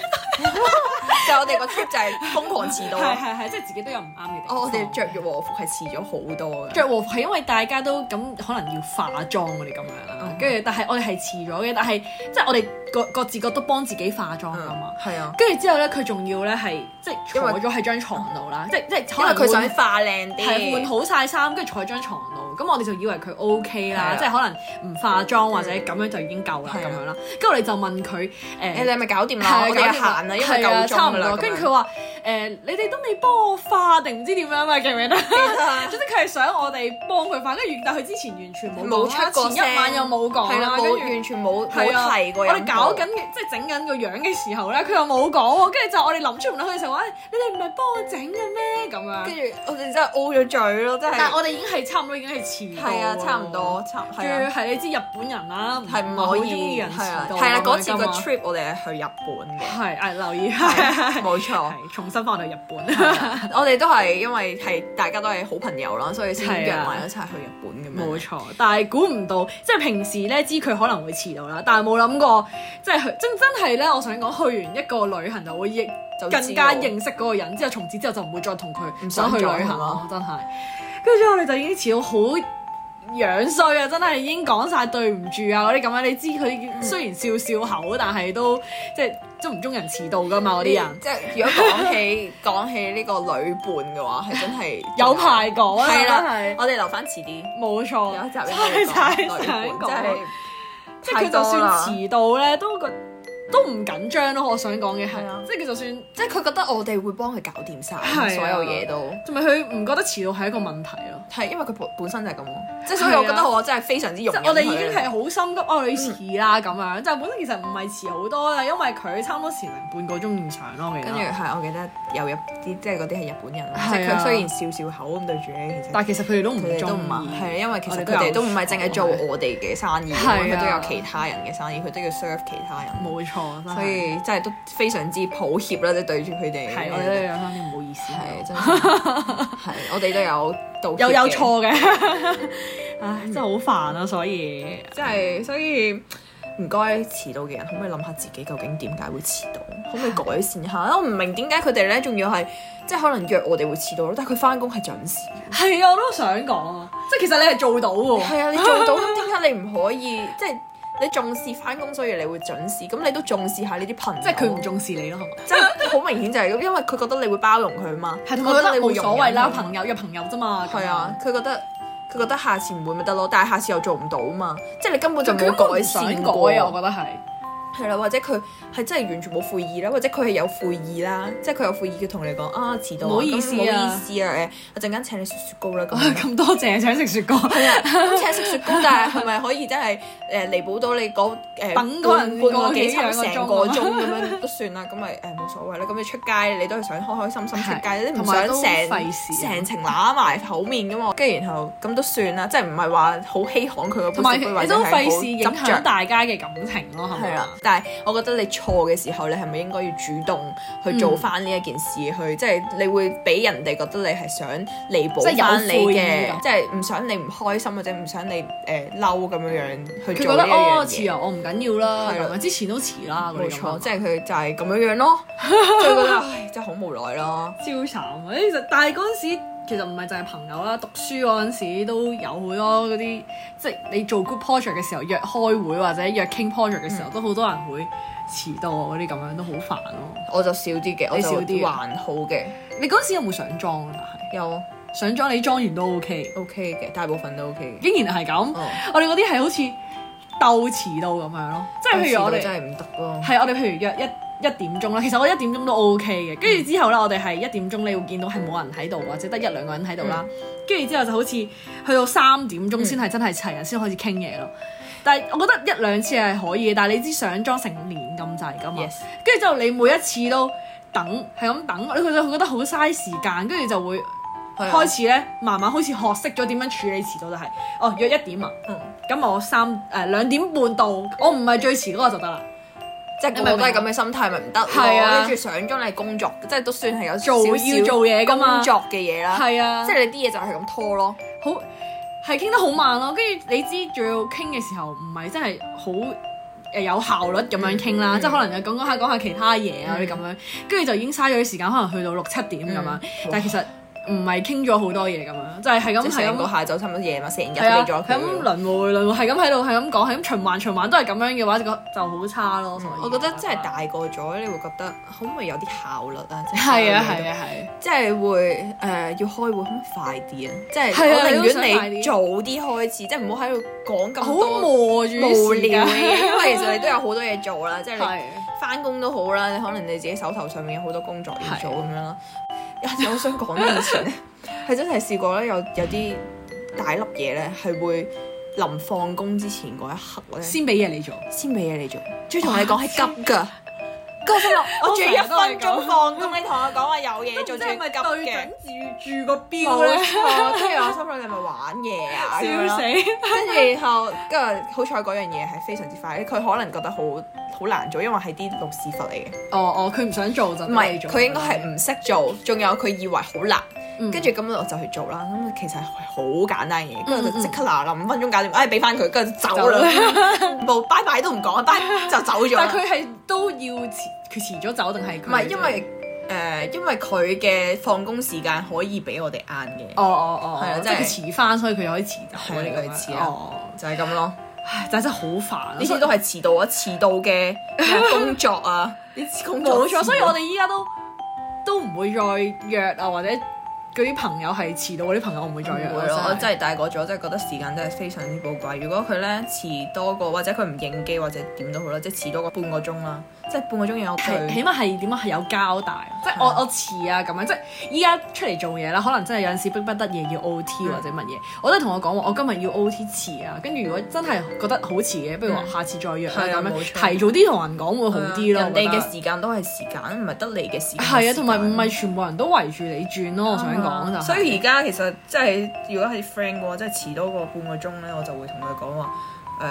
Speaker 1: 就我哋個 trip 就係瘋狂遲到。啊
Speaker 2: 係係，即係自己都有唔啱嘅地方。
Speaker 1: 哦，我哋着住和服係遲咗好多嘅。
Speaker 2: 着和服係因為大家都咁可能要化妝我哋咁樣啦
Speaker 1: 嗯，
Speaker 2: 跟住但係我哋係遲咗嘅，但係即係我哋各各自各都幫自己化妝啊嘛。
Speaker 1: 係啊，
Speaker 2: 跟住之後咧，佢仲要咧係即係
Speaker 1: 因為
Speaker 2: 坐咗喺張床度啦，即係即係
Speaker 1: 因為
Speaker 2: 可能
Speaker 1: 佢想
Speaker 2: 換
Speaker 1: 化靚啲，
Speaker 2: 係換好晒衫，跟住坐喺張床度，咁我哋就以為佢 O K
Speaker 1: 係啊
Speaker 2: 啦，即係可能唔化妝或者咁樣就已經夠啦
Speaker 1: 係啊
Speaker 2: 咁樣啦。跟住我哋就問佢
Speaker 1: 誒
Speaker 2: 誒
Speaker 1: 你。係咪搞掂
Speaker 2: 係啊
Speaker 1: 啦？我哋行啦，因為
Speaker 2: 係啊
Speaker 1: 夠
Speaker 2: 差
Speaker 1: 鐘
Speaker 2: 唔
Speaker 1: 㗎啦。
Speaker 2: 多。
Speaker 1: 咁樣
Speaker 2: 跟住佢話：誒，你哋都未幫我化定唔知點樣啊？記唔 記得？總之佢係想我哋幫佢化，跟住但佢之前完全冇
Speaker 1: 冇啊
Speaker 2: 講
Speaker 1: 出
Speaker 2: 啦
Speaker 1: 過聲，
Speaker 2: 前一晚又冇講
Speaker 1: 係啦，
Speaker 2: 啦，跟
Speaker 1: 冇啊
Speaker 2: 住。
Speaker 1: 完全冇
Speaker 2: 係啊
Speaker 1: 冇提過
Speaker 2: 我哋
Speaker 1: 任何。
Speaker 2: 搞緊嘅即係整緊個樣嘅時候咧，佢又冇講喎，跟住就我哋臨出門口嘅時候話：哎你哋唔係幫我整嘅咩？咁樣。
Speaker 1: 跟住我哋真係 O 咗嘴咯，真係。
Speaker 2: 但係我哋已經係差唔多已經係遲到。
Speaker 1: 係啊，差唔。多，差唔
Speaker 2: 跟
Speaker 1: 係
Speaker 2: 住
Speaker 1: 啊，
Speaker 2: 係你知日本人啦，唔
Speaker 1: 係唔
Speaker 2: 好
Speaker 1: 可
Speaker 2: 中意
Speaker 1: 以
Speaker 2: 人
Speaker 1: 係啊
Speaker 2: 遲，到
Speaker 1: 係啦，嗰次
Speaker 2: 咁樣
Speaker 1: 個
Speaker 2: 㗎嘛
Speaker 1: trip 我哋係去日本嘅，
Speaker 2: 係啊，留意
Speaker 1: 係啊
Speaker 2: 係
Speaker 1: 冇錯。
Speaker 2: 係 重新翻到日本。
Speaker 1: 我哋都係因為係大家都係好朋友啦，所以先約
Speaker 2: 係啊
Speaker 1: 埋一齊去日本咁樣。
Speaker 2: 冇錯，但係估唔到，即係平時咧知佢可能會遲到啦，但係冇諗過，即係去真真係咧，我想講去完一個旅行就會認
Speaker 1: 就知道
Speaker 2: 更加認識嗰個人，之後從此之後就唔會再同佢
Speaker 1: 唔想
Speaker 2: 想去
Speaker 1: 再
Speaker 2: 旅行
Speaker 1: 係嘛
Speaker 2: 咯，真係。跟住之後我哋就已經遲到好樣衰啊，真係已經講晒對唔住啊嗰啲咁樣，你知佢
Speaker 1: 嗯
Speaker 2: 雖然笑笑口，但係都即係都唔中人遲到噶嘛嗰啲人，
Speaker 1: 即係如果講 起講起呢個旅伴嘅話，係真係
Speaker 2: 有排講啊，
Speaker 1: 係
Speaker 2: 真
Speaker 1: 啦
Speaker 2: 係，
Speaker 1: 我哋留翻遲啲。
Speaker 2: 冇錯，
Speaker 1: 有一集
Speaker 2: 真係 真係真係
Speaker 1: 真
Speaker 2: 講
Speaker 1: 係
Speaker 2: 即係佢就算遲到咧，都覺都唔緊張咯。我想講嘅
Speaker 1: 係啊
Speaker 2: 係，即係佢就算，
Speaker 1: 即係佢覺得我哋會幫佢搞掂晒
Speaker 2: 係啊
Speaker 1: 所有嘢都。
Speaker 2: 同埋佢唔覺得遲到係一個問題咯。
Speaker 1: 係因為佢本本身就係咁喎，即係所以我覺得我真係非常之
Speaker 2: 啊即
Speaker 1: 容
Speaker 2: 係
Speaker 1: 忍
Speaker 2: 我哋已
Speaker 1: 佢
Speaker 2: 經係好心急，哦你遲啦咁樣，就本身其實唔係遲好多啦，因為佢差唔多遲成半個鐘以上咯，我記
Speaker 1: 跟住
Speaker 2: 得。
Speaker 1: 係我記得有日啲即係嗰啲係日本人啦，
Speaker 2: 啊係啊
Speaker 1: 即係佢雖然笑笑口咁對住你，其實
Speaker 2: 但係其實佢哋都唔
Speaker 1: 佢哋都
Speaker 2: 中
Speaker 1: 唔係
Speaker 2: 意，
Speaker 1: 係因為其實
Speaker 2: 我哋
Speaker 1: 佢
Speaker 2: 都有
Speaker 1: 哋都唔係淨係做我哋嘅生意㗎嘛，
Speaker 2: 係
Speaker 1: 佢
Speaker 2: 啊
Speaker 1: 都有其他人嘅生意，佢都要 serve 其他人。
Speaker 2: 冇錯。錯，真係啊
Speaker 1: 所以真係都非常之抱歉啦，即係對住佢哋。
Speaker 2: 係我
Speaker 1: 我哋
Speaker 2: 覺得
Speaker 1: 都
Speaker 2: 有翻啲唔好意思，
Speaker 1: 係真係係，我哋都有道歉
Speaker 2: 又
Speaker 1: 嘅
Speaker 2: 有，錯 嘅，唉，真係好煩啊！所以
Speaker 1: 即係所以唔該遲到嘅人，可唔可以諗下自己究竟點解會遲到？可唔可以改善一下？我唔明點解佢哋咧仲要係即係可能約我哋會遲到咯，但係佢翻工係準時。
Speaker 2: 係啊，我都想講啊，即係其實你係做到喎，
Speaker 1: 係啊，你做到咁點解你唔可以？即係你重視翻工，所以你會準時。咁你都重視下呢啲朋友。
Speaker 2: 即係佢唔重視你咯，係
Speaker 1: 即係好明顯就係咁，因為佢覺得你會包容佢嘛，
Speaker 2: 同
Speaker 1: 佢
Speaker 2: 埋覺得
Speaker 1: 你會
Speaker 2: 冇所謂
Speaker 1: 容忍
Speaker 2: 啦，
Speaker 1: 佢
Speaker 2: 朋友約朋友啫嘛，
Speaker 1: 係啊，佢覺得佢覺得下次唔會咪得咯，但係下次又做唔到嘛，即係你根本就冇改善
Speaker 2: 佢根本唔想
Speaker 1: 過
Speaker 2: 改啊，我覺得係。
Speaker 1: 係啦，或者佢係真係完全冇悔意啦，或者佢係有悔意啦，即係佢有悔意，佢同你講啊遲到啊，
Speaker 2: 唔好意思
Speaker 1: 咁
Speaker 2: 啊
Speaker 1: 唔好意思啊，誒我陣間請你食雪糕啦咁樣。
Speaker 2: 咁多謝請食雪糕，
Speaker 1: 嗯係啊，咁請食雪 糕，但係係咪可以真係誒彌補到你嗰誒
Speaker 2: 等嗰人
Speaker 1: 半
Speaker 2: 個
Speaker 1: 個
Speaker 2: 幾
Speaker 1: 幾
Speaker 2: 兩
Speaker 1: 餐
Speaker 2: 個鐘啊
Speaker 1: 成個鐘咁樣都算啦，咁咪誒冇所謂啦。咁你出街你都係想開開心心出街，
Speaker 2: 係
Speaker 1: 你唔
Speaker 2: 同埋
Speaker 1: 想
Speaker 2: 都費
Speaker 1: 成
Speaker 2: 事啊
Speaker 1: 成程揦埋口面噶嘛。跟住然後咁都算啦，即係唔係話好稀罕佢個
Speaker 2: 同
Speaker 1: 杯
Speaker 2: 埋你
Speaker 1: 水杯或者
Speaker 2: 都
Speaker 1: 係好
Speaker 2: 費事影
Speaker 1: 執
Speaker 2: 響
Speaker 1: 着。
Speaker 2: 大家嘅感情咯，係咪
Speaker 1: 係啦
Speaker 2: 啊？，
Speaker 1: 但係我覺得你錯嘅時候，你係咪應該要主動去做翻呢一件事？
Speaker 2: 嗯
Speaker 1: 去即係你會俾人哋覺得你係想彌補
Speaker 2: 即係有
Speaker 1: 翻你
Speaker 2: 悔意
Speaker 1: 嘅
Speaker 2: 咁，
Speaker 1: 即係唔想你唔開心或者唔想你誒嬲咁樣樣去
Speaker 2: 佢
Speaker 1: 做
Speaker 2: 覺
Speaker 1: 呢
Speaker 2: 得
Speaker 1: 一
Speaker 2: 哦
Speaker 1: 樣
Speaker 2: 遲
Speaker 1: 嘢。
Speaker 2: 啊，我唔緊要啦，
Speaker 1: 係啦
Speaker 2: 係咪？之前都遲啦，嗰
Speaker 1: 冇
Speaker 2: 啲咁
Speaker 1: 錯，
Speaker 2: 啊
Speaker 1: 即係佢就係咁樣樣 咯，即係覺得唉，真係好無奈咯。
Speaker 2: 超慘啊！其實但係嗰陣時其實唔係就係朋友啦，讀書嗰陣時都有好多嗰啲，即係你做 group project 嘅時候約開會或者約傾 project 嘅時候，
Speaker 1: 嗯
Speaker 2: 都好多人會遲到啊嗰啲咁樣，都好煩咯。
Speaker 1: 我就少啲嘅，我
Speaker 2: 你少啲啊
Speaker 1: 就
Speaker 2: 嘅
Speaker 1: 還好嘅，
Speaker 2: 你嗰陣時有冇上妝啊？但
Speaker 1: 有
Speaker 2: 係上妝你裝完都 OK，
Speaker 1: OK 嘅，大部分都 OK 嘅。
Speaker 2: 竟然係咁，
Speaker 1: 哦
Speaker 2: 我哋嗰啲係好似鬥遲到咁樣咯，即 係譬如我
Speaker 1: 遲到
Speaker 2: 哋
Speaker 1: 真係唔得 咯。
Speaker 2: 係我哋譬如約一一點鐘啦，其實我一點鐘都 O
Speaker 1: 嗯
Speaker 2: K 嘅，跟住之後咧，我哋係一點鐘你會見到係冇人喺度，或者得一兩個人喺度啦，
Speaker 1: 嗯
Speaker 2: 跟住之後就好似去到三點鐘先係真係齊人啊先開始傾嘢咯。但係我覺得一兩次係可以嘅，但係你知上妝成年咁滯㗎嘛
Speaker 1: Yes，，
Speaker 2: 跟住之後你每一次都等係咁等，你佢就覺得好嘥時間，跟住就會。
Speaker 1: 係啊
Speaker 2: 開始咧，慢慢好似學識咗點樣處理遲到，就係、哦約一點啊，
Speaker 1: 嗯
Speaker 2: 咁我三誒兩點半到，我唔係最遲嗰個就得啦。
Speaker 1: 即係個個都係咁嘅心態，咪唔得咯。
Speaker 2: 係啊
Speaker 1: 跟住上咗嚟工作，即係都算係有
Speaker 2: 做
Speaker 1: 少少
Speaker 2: 要做嘢㗎嘛
Speaker 1: 工作嘅嘢啦。
Speaker 2: 係啊，
Speaker 1: 即
Speaker 2: 即係
Speaker 1: 係你啲嘢就係咁拖咯。
Speaker 2: 好係傾得好慢咯，跟住你知仲要傾嘅時候唔係真係好誒有效率咁樣傾啦，
Speaker 1: 嗯
Speaker 2: 即係可能又講講下講下其他嘢啊嗰啲咁樣，跟住就已經嘥咗啲時間，可能去到六七點咁樣
Speaker 1: 嗯，
Speaker 2: 但係其實唔係傾咗好多嘢咁樣，就係係
Speaker 1: 咁
Speaker 2: 咁係
Speaker 1: 成個
Speaker 2: 咁。
Speaker 1: 下晝差唔多夜晚，成日都
Speaker 2: 係啊，
Speaker 1: 俾咗
Speaker 2: 係咁
Speaker 1: 佢。
Speaker 2: 輪迴輪迴，係咁喺度，係咁講，係咁循環循環都係咁樣嘅話，就就好差咯。所以
Speaker 1: 嗯我覺得真係大個咗，你會覺得可唔可以有啲效率啊？即
Speaker 2: 係啊
Speaker 1: 所有嘢
Speaker 2: 係
Speaker 1: 都
Speaker 2: 啊係啊。
Speaker 1: 即係會誒、呃要開會可唔可以快啲啊？即係
Speaker 2: 係啊
Speaker 1: 我
Speaker 2: 你都想
Speaker 1: 寧願
Speaker 2: 快啲
Speaker 1: 你早啲開始，即係唔好喺度講咁
Speaker 2: 好啊
Speaker 1: 多
Speaker 2: 磨住啲
Speaker 1: 無
Speaker 2: 時間
Speaker 1: 聊嘅嘢，因為其實你都有好多嘢做啦，即係你
Speaker 2: 係
Speaker 1: 翻工都好啦，你可能你自己手頭上面有好多工作要做咁樣啦。有陣時我想講咧，以前咧 係真係試過咧，有有啲大粒嘢咧係會臨放工之前嗰一刻咧
Speaker 2: 先俾嘢你做。
Speaker 1: 先俾嘢你做，仲要同你講係急㗎。跟住我心諗，我仲有一分鐘放工，你同我講話有嘢 做，仲要急嘅。
Speaker 2: 住住個
Speaker 1: 冇
Speaker 2: 標咧？
Speaker 1: 錯，跟住我心諗你係咪玩嘢啊？咁樣
Speaker 2: 啊笑
Speaker 1: 啦
Speaker 2: 死！
Speaker 1: 跟住然後，跟住好彩嗰樣嘢係非常之快，佢可能覺得好好難做，因為係啲老屎忽嚟嘅。
Speaker 2: 哦哦，佢唔想做就
Speaker 1: 唔係，佢應該係唔識做，仲有佢以為好難，
Speaker 2: 嗯
Speaker 1: 跟住咁我就去做啦。咁其實係好簡單嘅嘢，
Speaker 2: 嗯
Speaker 1: 跟住就即刻嗱嗱五分鐘搞掂，唉俾翻佢，跟住就走啦， 冇拜拜都唔講，拜就走咗
Speaker 2: 但
Speaker 1: 啦。
Speaker 2: 係佢係都要遲，佢遲咗走定係啊佢
Speaker 1: 啊唔係因為誒、因為佢嘅放工時間可以俾我哋晏嘅，
Speaker 2: 哦哦哦，
Speaker 1: 係啊
Speaker 2: 即
Speaker 1: 即
Speaker 2: 係佢遲翻，所以佢可以遲走
Speaker 1: 係
Speaker 2: 嗰啲咁
Speaker 1: 類似
Speaker 2: 樣。
Speaker 1: 啊
Speaker 2: 哦，
Speaker 1: 就係咁咯。
Speaker 2: 唉，但係真係好煩啊！
Speaker 1: 呢啲都係遲到啊，遲到嘅工作啊，呢啲工作
Speaker 2: 冇錯，所以我哋依家都都唔會再約啊，或者嗰啲朋友係遲到嗰啲朋友，我唔會再約
Speaker 1: 唔會嗯咯，我真
Speaker 2: 係
Speaker 1: 係大個咗，真係覺得時間真係非常之寶貴。如果佢咧遲多過，或者佢唔應機，或者點都好啦，即係遲多過半個鐘啦，即係半個鐘有
Speaker 2: 係
Speaker 1: 對
Speaker 2: 起碼係點啊？係有交代，即係我我遲啊咁樣，即係依家出嚟做嘢啦，可能真係有陣時逼不得已要 O T
Speaker 1: 嗯
Speaker 2: 或者乜嘢，我都同我講話，我今日要 O T 遲啊，跟住如果真係覺得好遲嘅，不如話
Speaker 1: 嗯
Speaker 2: 下次再約啦
Speaker 1: 係
Speaker 2: 咁
Speaker 1: 啊
Speaker 2: 樣，
Speaker 1: 冇錯嗯
Speaker 2: 提早啲同人講會好啲咯，
Speaker 1: 人
Speaker 2: 我
Speaker 1: 哋
Speaker 2: 覺
Speaker 1: 嘅
Speaker 2: 得
Speaker 1: 時間都係時間，唔係得你嘅時間。
Speaker 2: 係啊，同埋唔係全部人都圍住你轉咯，
Speaker 1: 我
Speaker 2: 我想講就係
Speaker 1: 所以而家其實即係如果係 friend 嘅話，即係遲多過半個鐘咧，我就會同佢講話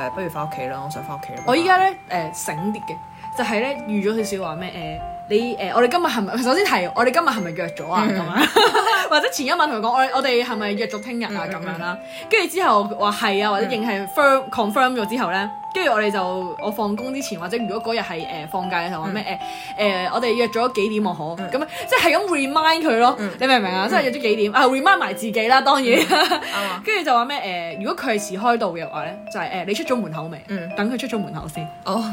Speaker 1: 誒，不如翻屋企啦，我想翻屋企啦。
Speaker 2: 呃我依家咧誒醒啲嘅，就係咧預咗少少話咩誒，你誒、呃我哋今日係咪首先提我哋今日係咪約咗啊 咁樣，或者前一晚同佢講我哋我哋係咪約咗聽日啊咁樣啦，跟住之後話係啊或者認係 firm confirm 咗之後咧，跟住我哋就我放工之前或者如果嗰日係誒放假嘅時候話咩誒誒我哋約咗幾點啊可咁樣，即係係咁 remind 佢咯，你明唔明啊？即係約咗幾點啊 remind 埋自己啦當然。
Speaker 1: 啱啊，
Speaker 2: 跟住就話咩呃誒？如果佢係遲開到嘅話咧，就係、誒、呃你出咗門口未？
Speaker 1: 嗯
Speaker 2: 等佢出咗門口先，
Speaker 1: 哦，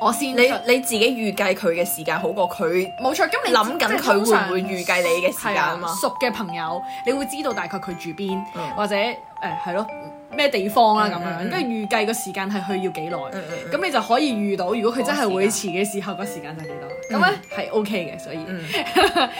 Speaker 2: 我先
Speaker 1: 你你自己預計佢嘅時間好過佢
Speaker 2: 冇錯。咁你
Speaker 1: 諗緊佢會唔會預計你嘅時
Speaker 2: 係
Speaker 1: 間啊嘛？
Speaker 2: 熟嘅朋友，你會知道大概佢住邊，
Speaker 1: 嗯
Speaker 2: 或者誒係咯咩地方啊啦咁
Speaker 1: 嗯嗯
Speaker 2: 樣，
Speaker 1: 嗯
Speaker 2: 跟住預計個時間係去要幾耐，
Speaker 1: 嗯嗯
Speaker 2: 咁你就可以預到如果佢真係會
Speaker 1: 嗰個
Speaker 2: 遲嘅時候，個時間就係幾多。咁咧係 OK 嘅，所以
Speaker 1: 嗯，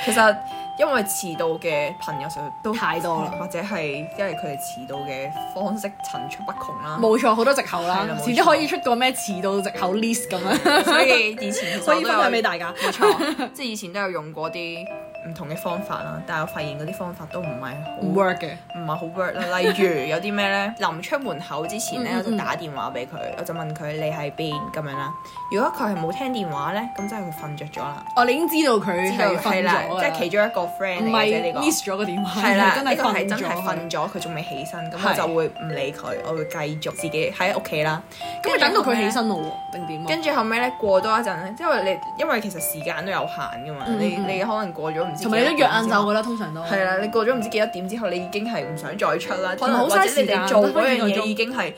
Speaker 1: 其實因為遲到嘅朋友實在都
Speaker 2: 太多啦
Speaker 1: 或者係因為佢哋遲到嘅方式層出不窮啦。
Speaker 2: 冇錯好多藉口啦
Speaker 1: 係啦冇，錯
Speaker 2: 遲啲可以出個咩遲到藉口 list 咁 樣，
Speaker 1: 所以以前其實
Speaker 2: 可
Speaker 1: 我
Speaker 2: 以
Speaker 1: 都
Speaker 2: 分享俾
Speaker 1: 有
Speaker 2: 大家。
Speaker 1: 冇錯，即係以前都有用過啲唔同嘅方法啦，但係我發現嗰啲方法都唔係好
Speaker 2: 唔 work 嘅，
Speaker 1: 唔係好 work 啦。例如有啲咩咧， 臨出門口之前咧，
Speaker 2: 嗯嗯
Speaker 1: 我就打電話俾佢，我就問佢你喺邊咁樣啦。如果佢係冇聽電話咧，咁真係佢瞓着咗啦。
Speaker 2: 我哋已經知道佢
Speaker 1: 知道
Speaker 2: 係
Speaker 1: 係
Speaker 2: 瞓
Speaker 1: 啦，
Speaker 2: 咗
Speaker 1: 即係其中一個 friend
Speaker 2: 唔
Speaker 1: 嚟嘅啫呢
Speaker 2: 係
Speaker 1: 個。
Speaker 2: miss 咗個電話，
Speaker 1: 係啦，
Speaker 2: 真
Speaker 1: 呢
Speaker 2: 係
Speaker 1: 個
Speaker 2: 瞓
Speaker 1: 係真係
Speaker 2: 咗。
Speaker 1: 瞓咗，佢仲未起身，咁
Speaker 2: 係
Speaker 1: 我就會唔理佢，我會繼續自己喺屋企啦。
Speaker 2: 咁咪等到佢起身咯喎，定點啊？
Speaker 1: 跟住後尾咧，過多一陣咧，因為你因為其實時間都有限噶嘛，
Speaker 2: 嗯
Speaker 1: 你
Speaker 2: 嗯
Speaker 1: 你可能過咗唔知
Speaker 2: 同埋你都
Speaker 1: 幾
Speaker 2: 約
Speaker 1: 多點
Speaker 2: 晏晝
Speaker 1: 之後
Speaker 2: 噶啦，通常都
Speaker 1: 係啦，你過咗唔知幾多點之後，你已經係唔想再出啦，可能
Speaker 2: 好
Speaker 1: 或
Speaker 2: 嘥
Speaker 1: 者
Speaker 2: 時
Speaker 1: 你
Speaker 2: 間
Speaker 1: 哋做嗰樣
Speaker 2: 得返幾個
Speaker 1: 嘢
Speaker 2: 鐘
Speaker 1: 已經係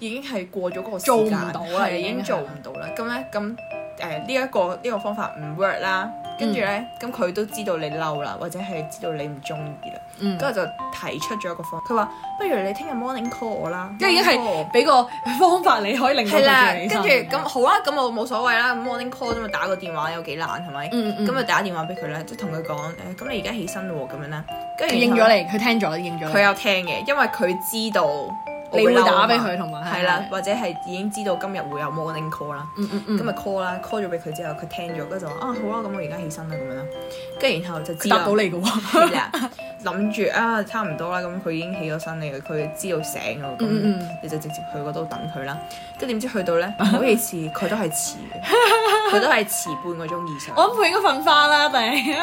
Speaker 1: 已經係過咗嗰個時間
Speaker 2: 做唔到啦
Speaker 1: 係已
Speaker 2: 已經
Speaker 1: 經
Speaker 2: 係
Speaker 1: 做唔到啦。咁咧咁誒呢一個呢個方法唔 work 啦，跟住咧咁佢都知道你嬲啦，或者係知道你唔中意啦，
Speaker 2: 嗯，
Speaker 1: 跟住就提出咗一個方，佢話不如你聽日 morning call 我啦，
Speaker 2: 即係已經
Speaker 1: morning call 我
Speaker 2: 係俾個方法你可以令到
Speaker 1: 係啦，
Speaker 2: 佢
Speaker 1: 跟
Speaker 2: 起身
Speaker 1: 住咁啊好啦，咁我冇所謂啦，咁 morning call 啫嘛，打個電話有幾難係咪？
Speaker 2: 嗯嗯
Speaker 1: 咁啊打電話俾佢啦，即係同佢講誒，咁你而家起身咯喎，咁樣啦，跟
Speaker 2: 佢
Speaker 1: 住
Speaker 2: 應
Speaker 1: 然後
Speaker 2: 咗你，佢聽咗，應咗
Speaker 1: 佢有聽嘅，因為佢知道
Speaker 2: 你，你
Speaker 1: 會
Speaker 2: 會
Speaker 1: 嬲啊嘛
Speaker 2: 打俾佢，同埋
Speaker 1: 係啦，，或者係已經知道今日會有 morning call 啦，
Speaker 2: 嗯嗯
Speaker 1: 咁咪啊
Speaker 2: 嗯，
Speaker 1: call 啦，call 咗俾佢之後，佢聽咗，跟住就話啊好啦，咁我而家起身啦咁樣啦，跟住然後就知
Speaker 2: 答
Speaker 1: 啦
Speaker 2: 到你嘅喎，
Speaker 1: 係啦，諗住啊差唔多啦，咁佢已經起咗身嚟，佢知道醒咯，咁
Speaker 2: 嗯嗯嗯
Speaker 1: 你就直接去嗰度等佢啦。跟住點知去到 咧，唔好意思，佢都係遲嘅，佢都係遲半個鐘以上，
Speaker 2: 我諗佢應該瞓翻啦， 定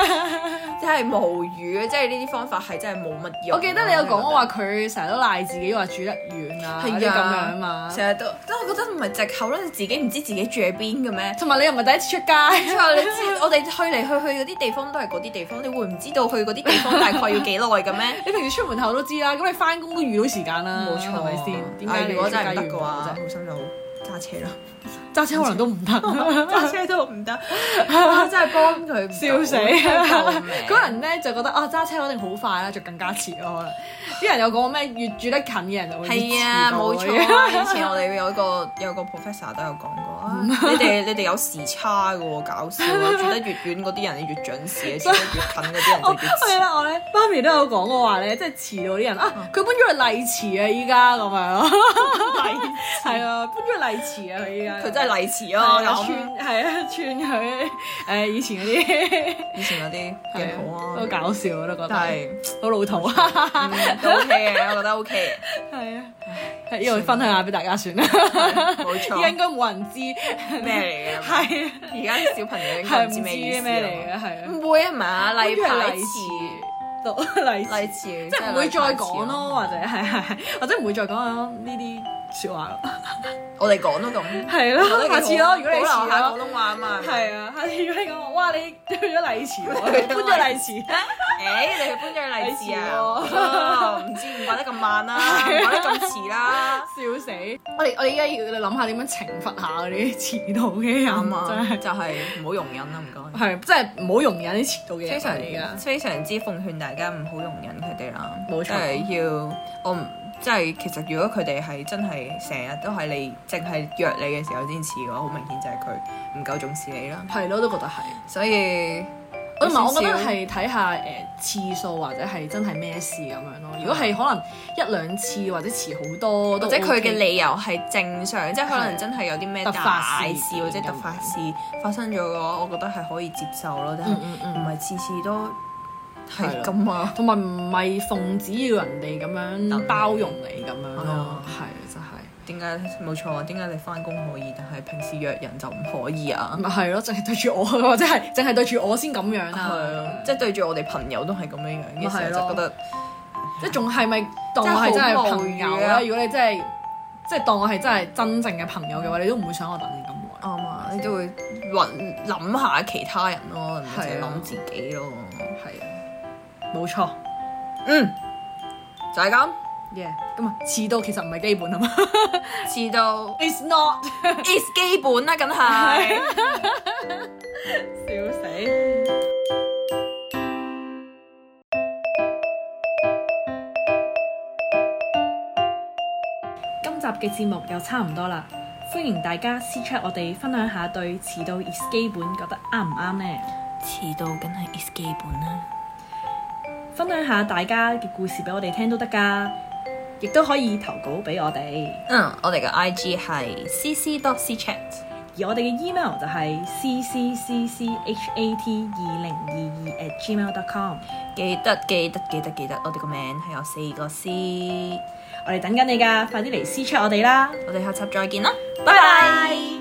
Speaker 1: 真係無語啊！即係呢啲方法係真係冇乜用啊。
Speaker 2: 我記得你有講我話佢成日都賴自己話住得遠啊，嗰啲
Speaker 1: 係
Speaker 2: 咁
Speaker 1: 啊
Speaker 2: 樣嘛，
Speaker 1: 成日都，但我覺得唔係藉口啦，你自己唔知自己住喺邊嘅 咩？
Speaker 2: 同埋你又唔係第一次出街。
Speaker 1: 之後你知我哋去嚟去去嗰啲地方都係嗰啲地方，你會唔知道去嗰啲地方大概要幾耐嘅咩？
Speaker 2: 你平時出門口都知啦，咁你翻工都預到時間啦，
Speaker 1: 冇錯，
Speaker 2: 係咪先？點解
Speaker 1: 啊
Speaker 2: 你
Speaker 1: 如果真係唔得
Speaker 2: 出街
Speaker 1: 嘅
Speaker 2: 預到
Speaker 1: 話，
Speaker 2: 啫
Speaker 1: 好心就揸車 啦，
Speaker 2: 揸車可能都唔 得，
Speaker 1: 揸車都唔得，啊真係幫佢唔到
Speaker 2: 笑死！
Speaker 1: 真係救命
Speaker 2: 嗰人咧就覺得啊揸車一定好快啦，就更加遲咯。可能啲人有講咩越住得近嘅人就會越
Speaker 1: 係啊，
Speaker 2: 遲到
Speaker 1: 冇
Speaker 2: 嘅
Speaker 1: 錯啊！以前我哋有個有個 professor 都有講過 啊，你哋你哋有時差嘅喎，搞笑 啊！住得越遠嗰啲人你越準時，住得越近嗰啲人就 越
Speaker 2: 我我記
Speaker 1: 遲。
Speaker 2: 得我咧，媽咪都有講過話咧，即係遲到啲人啊，佢搬咗去麗池啊，依家咁樣 咯，係啊，搬咗去麗池啊，佢依家
Speaker 1: 佢真係例遲啊！我
Speaker 2: 係啊
Speaker 1: 諗
Speaker 2: 串係啊串佢誒以前嗰啲
Speaker 1: 以前嗰啲幾好啊，
Speaker 2: 都搞笑我都覺得，
Speaker 1: 但係
Speaker 2: 好老土啊，
Speaker 1: 嗯都 OK 嘅，我覺得 OK
Speaker 2: 係啊，喺呢度分享下俾大家算啦，
Speaker 1: 嘅，冇
Speaker 2: 依家
Speaker 1: 錯
Speaker 2: 應。該冇人知，
Speaker 1: 咩嚟嘅？啊
Speaker 2: 係啊。
Speaker 1: 而家啲小朋友應該
Speaker 2: 係
Speaker 1: 唔
Speaker 2: 啊唔
Speaker 1: 知
Speaker 2: 知
Speaker 1: 咩意
Speaker 2: 咩
Speaker 1: 思
Speaker 2: 嚟
Speaker 1: 嚟
Speaker 2: 嘅，係
Speaker 1: 嘅。
Speaker 2: 啊，
Speaker 1: 唔會啊嘛，例牌
Speaker 2: 例
Speaker 1: 詞，
Speaker 2: 到例
Speaker 1: 例
Speaker 2: 詞，
Speaker 1: 詞，即
Speaker 2: 即係唔會再講。咯，或者係係係，或者唔會再講呢啲説話 咯，
Speaker 1: 我哋講都咁，
Speaker 2: 係咯，啊下次咯，如果你
Speaker 1: 保留
Speaker 2: 遲
Speaker 1: 下
Speaker 2: 咯
Speaker 1: 廣。東話啊嘛，
Speaker 2: 係啊，下次如果你講話，哇！你去咗麗池 喎，你搬咗麗池，
Speaker 1: 誒，你去搬咗去利是啊？
Speaker 2: 利是喎
Speaker 1: 哦唔知唔怪得咁慢啦， 唔怪得咁遲啦。
Speaker 2: 笑死！我哋我哋依家要諗下點樣懲罰下嗰啲遲到嘅人，
Speaker 1: 啱啊，
Speaker 2: 真係
Speaker 1: 就係唔好容忍啦，唔該。
Speaker 2: 係真係唔好容忍啲遲到嘅人。
Speaker 1: 非常
Speaker 2: 而家
Speaker 1: 非常之奉勸大家唔好容忍佢哋啦，
Speaker 2: 啊冇錯
Speaker 1: 即係要我唔即係其實如果佢哋係真係成日都係你淨係約你嘅時候先遲嘅話，好明顯就係佢唔夠重視你啦。
Speaker 2: 係咯，都覺得係。
Speaker 1: 所以
Speaker 2: 我唔係，我覺得
Speaker 1: 有少少
Speaker 2: 係睇下誒、呃次數或者係真係咩事咁樣咯。如果係可能一兩次或者遲好多都
Speaker 1: 或
Speaker 2: OK，
Speaker 1: 者佢嘅理由係正常，即係可能
Speaker 2: 係
Speaker 1: 真係有啲咩
Speaker 2: 突發
Speaker 1: 大
Speaker 2: 事
Speaker 1: 事或者突發事發生咗嘅話，我覺得係可以接受咯，但係
Speaker 2: 嗯嗯嗯
Speaker 1: 唔係次次都係
Speaker 2: 係啦
Speaker 1: 咁啊。
Speaker 2: 同埋唔係奉旨要人哋咁樣包容你咁樣
Speaker 1: 係啊
Speaker 2: 咯，係真係。
Speaker 1: 點解冇錯啊？點解你翻工可以，但係平時約人就唔可以啊？
Speaker 2: 咪係咯，淨係對住我，或者係淨係對住我先咁樣
Speaker 1: 係
Speaker 2: 啊！
Speaker 1: 啊，即係對住我哋朋友都係咁樣樣嘅時候，
Speaker 2: 咪係咯
Speaker 1: 就覺得
Speaker 2: 即係仲係咪當我係真係
Speaker 1: 真係
Speaker 2: 朋友
Speaker 1: 好無語啊
Speaker 2: 啦？如果你真係即係當我係真係真正嘅朋友嘅話，你都唔會想我等你咁耐。
Speaker 1: 啱啊！你都會諗諗下其他人咯，唔係淨係
Speaker 2: 係啊
Speaker 1: 諗自己咯，
Speaker 2: 係啊，冇錯。
Speaker 1: 嗯就係咁。
Speaker 2: 耶，咁啊，遲到其實唔係基本啊嘛。
Speaker 1: 遲 到
Speaker 2: It's not，
Speaker 1: is 基本啦，梗係。
Speaker 2: 笑死。今集嘅節目又差唔多啦，歡迎大家私 chat 我哋分享下對遲到 is 基本覺得啱唔啱呢？
Speaker 1: 遲到梗係 is 基本啦。
Speaker 2: 分享下大家嘅故事俾我哋聽都得㗎，亦都可以投稿俾我哋，
Speaker 1: 嗯，我哋嘅 I G 係 C C dot C chat。
Speaker 2: 而我哋嘅 email 就係 c c c c h a t 二零二二 at gmail dot com，
Speaker 1: 記得記得記得記得，我哋個名係有四個 C。
Speaker 2: 我哋等緊你㗎，快啲嚟私 chat 我哋啦，
Speaker 1: 我哋下集再見啦，
Speaker 2: 拜拜。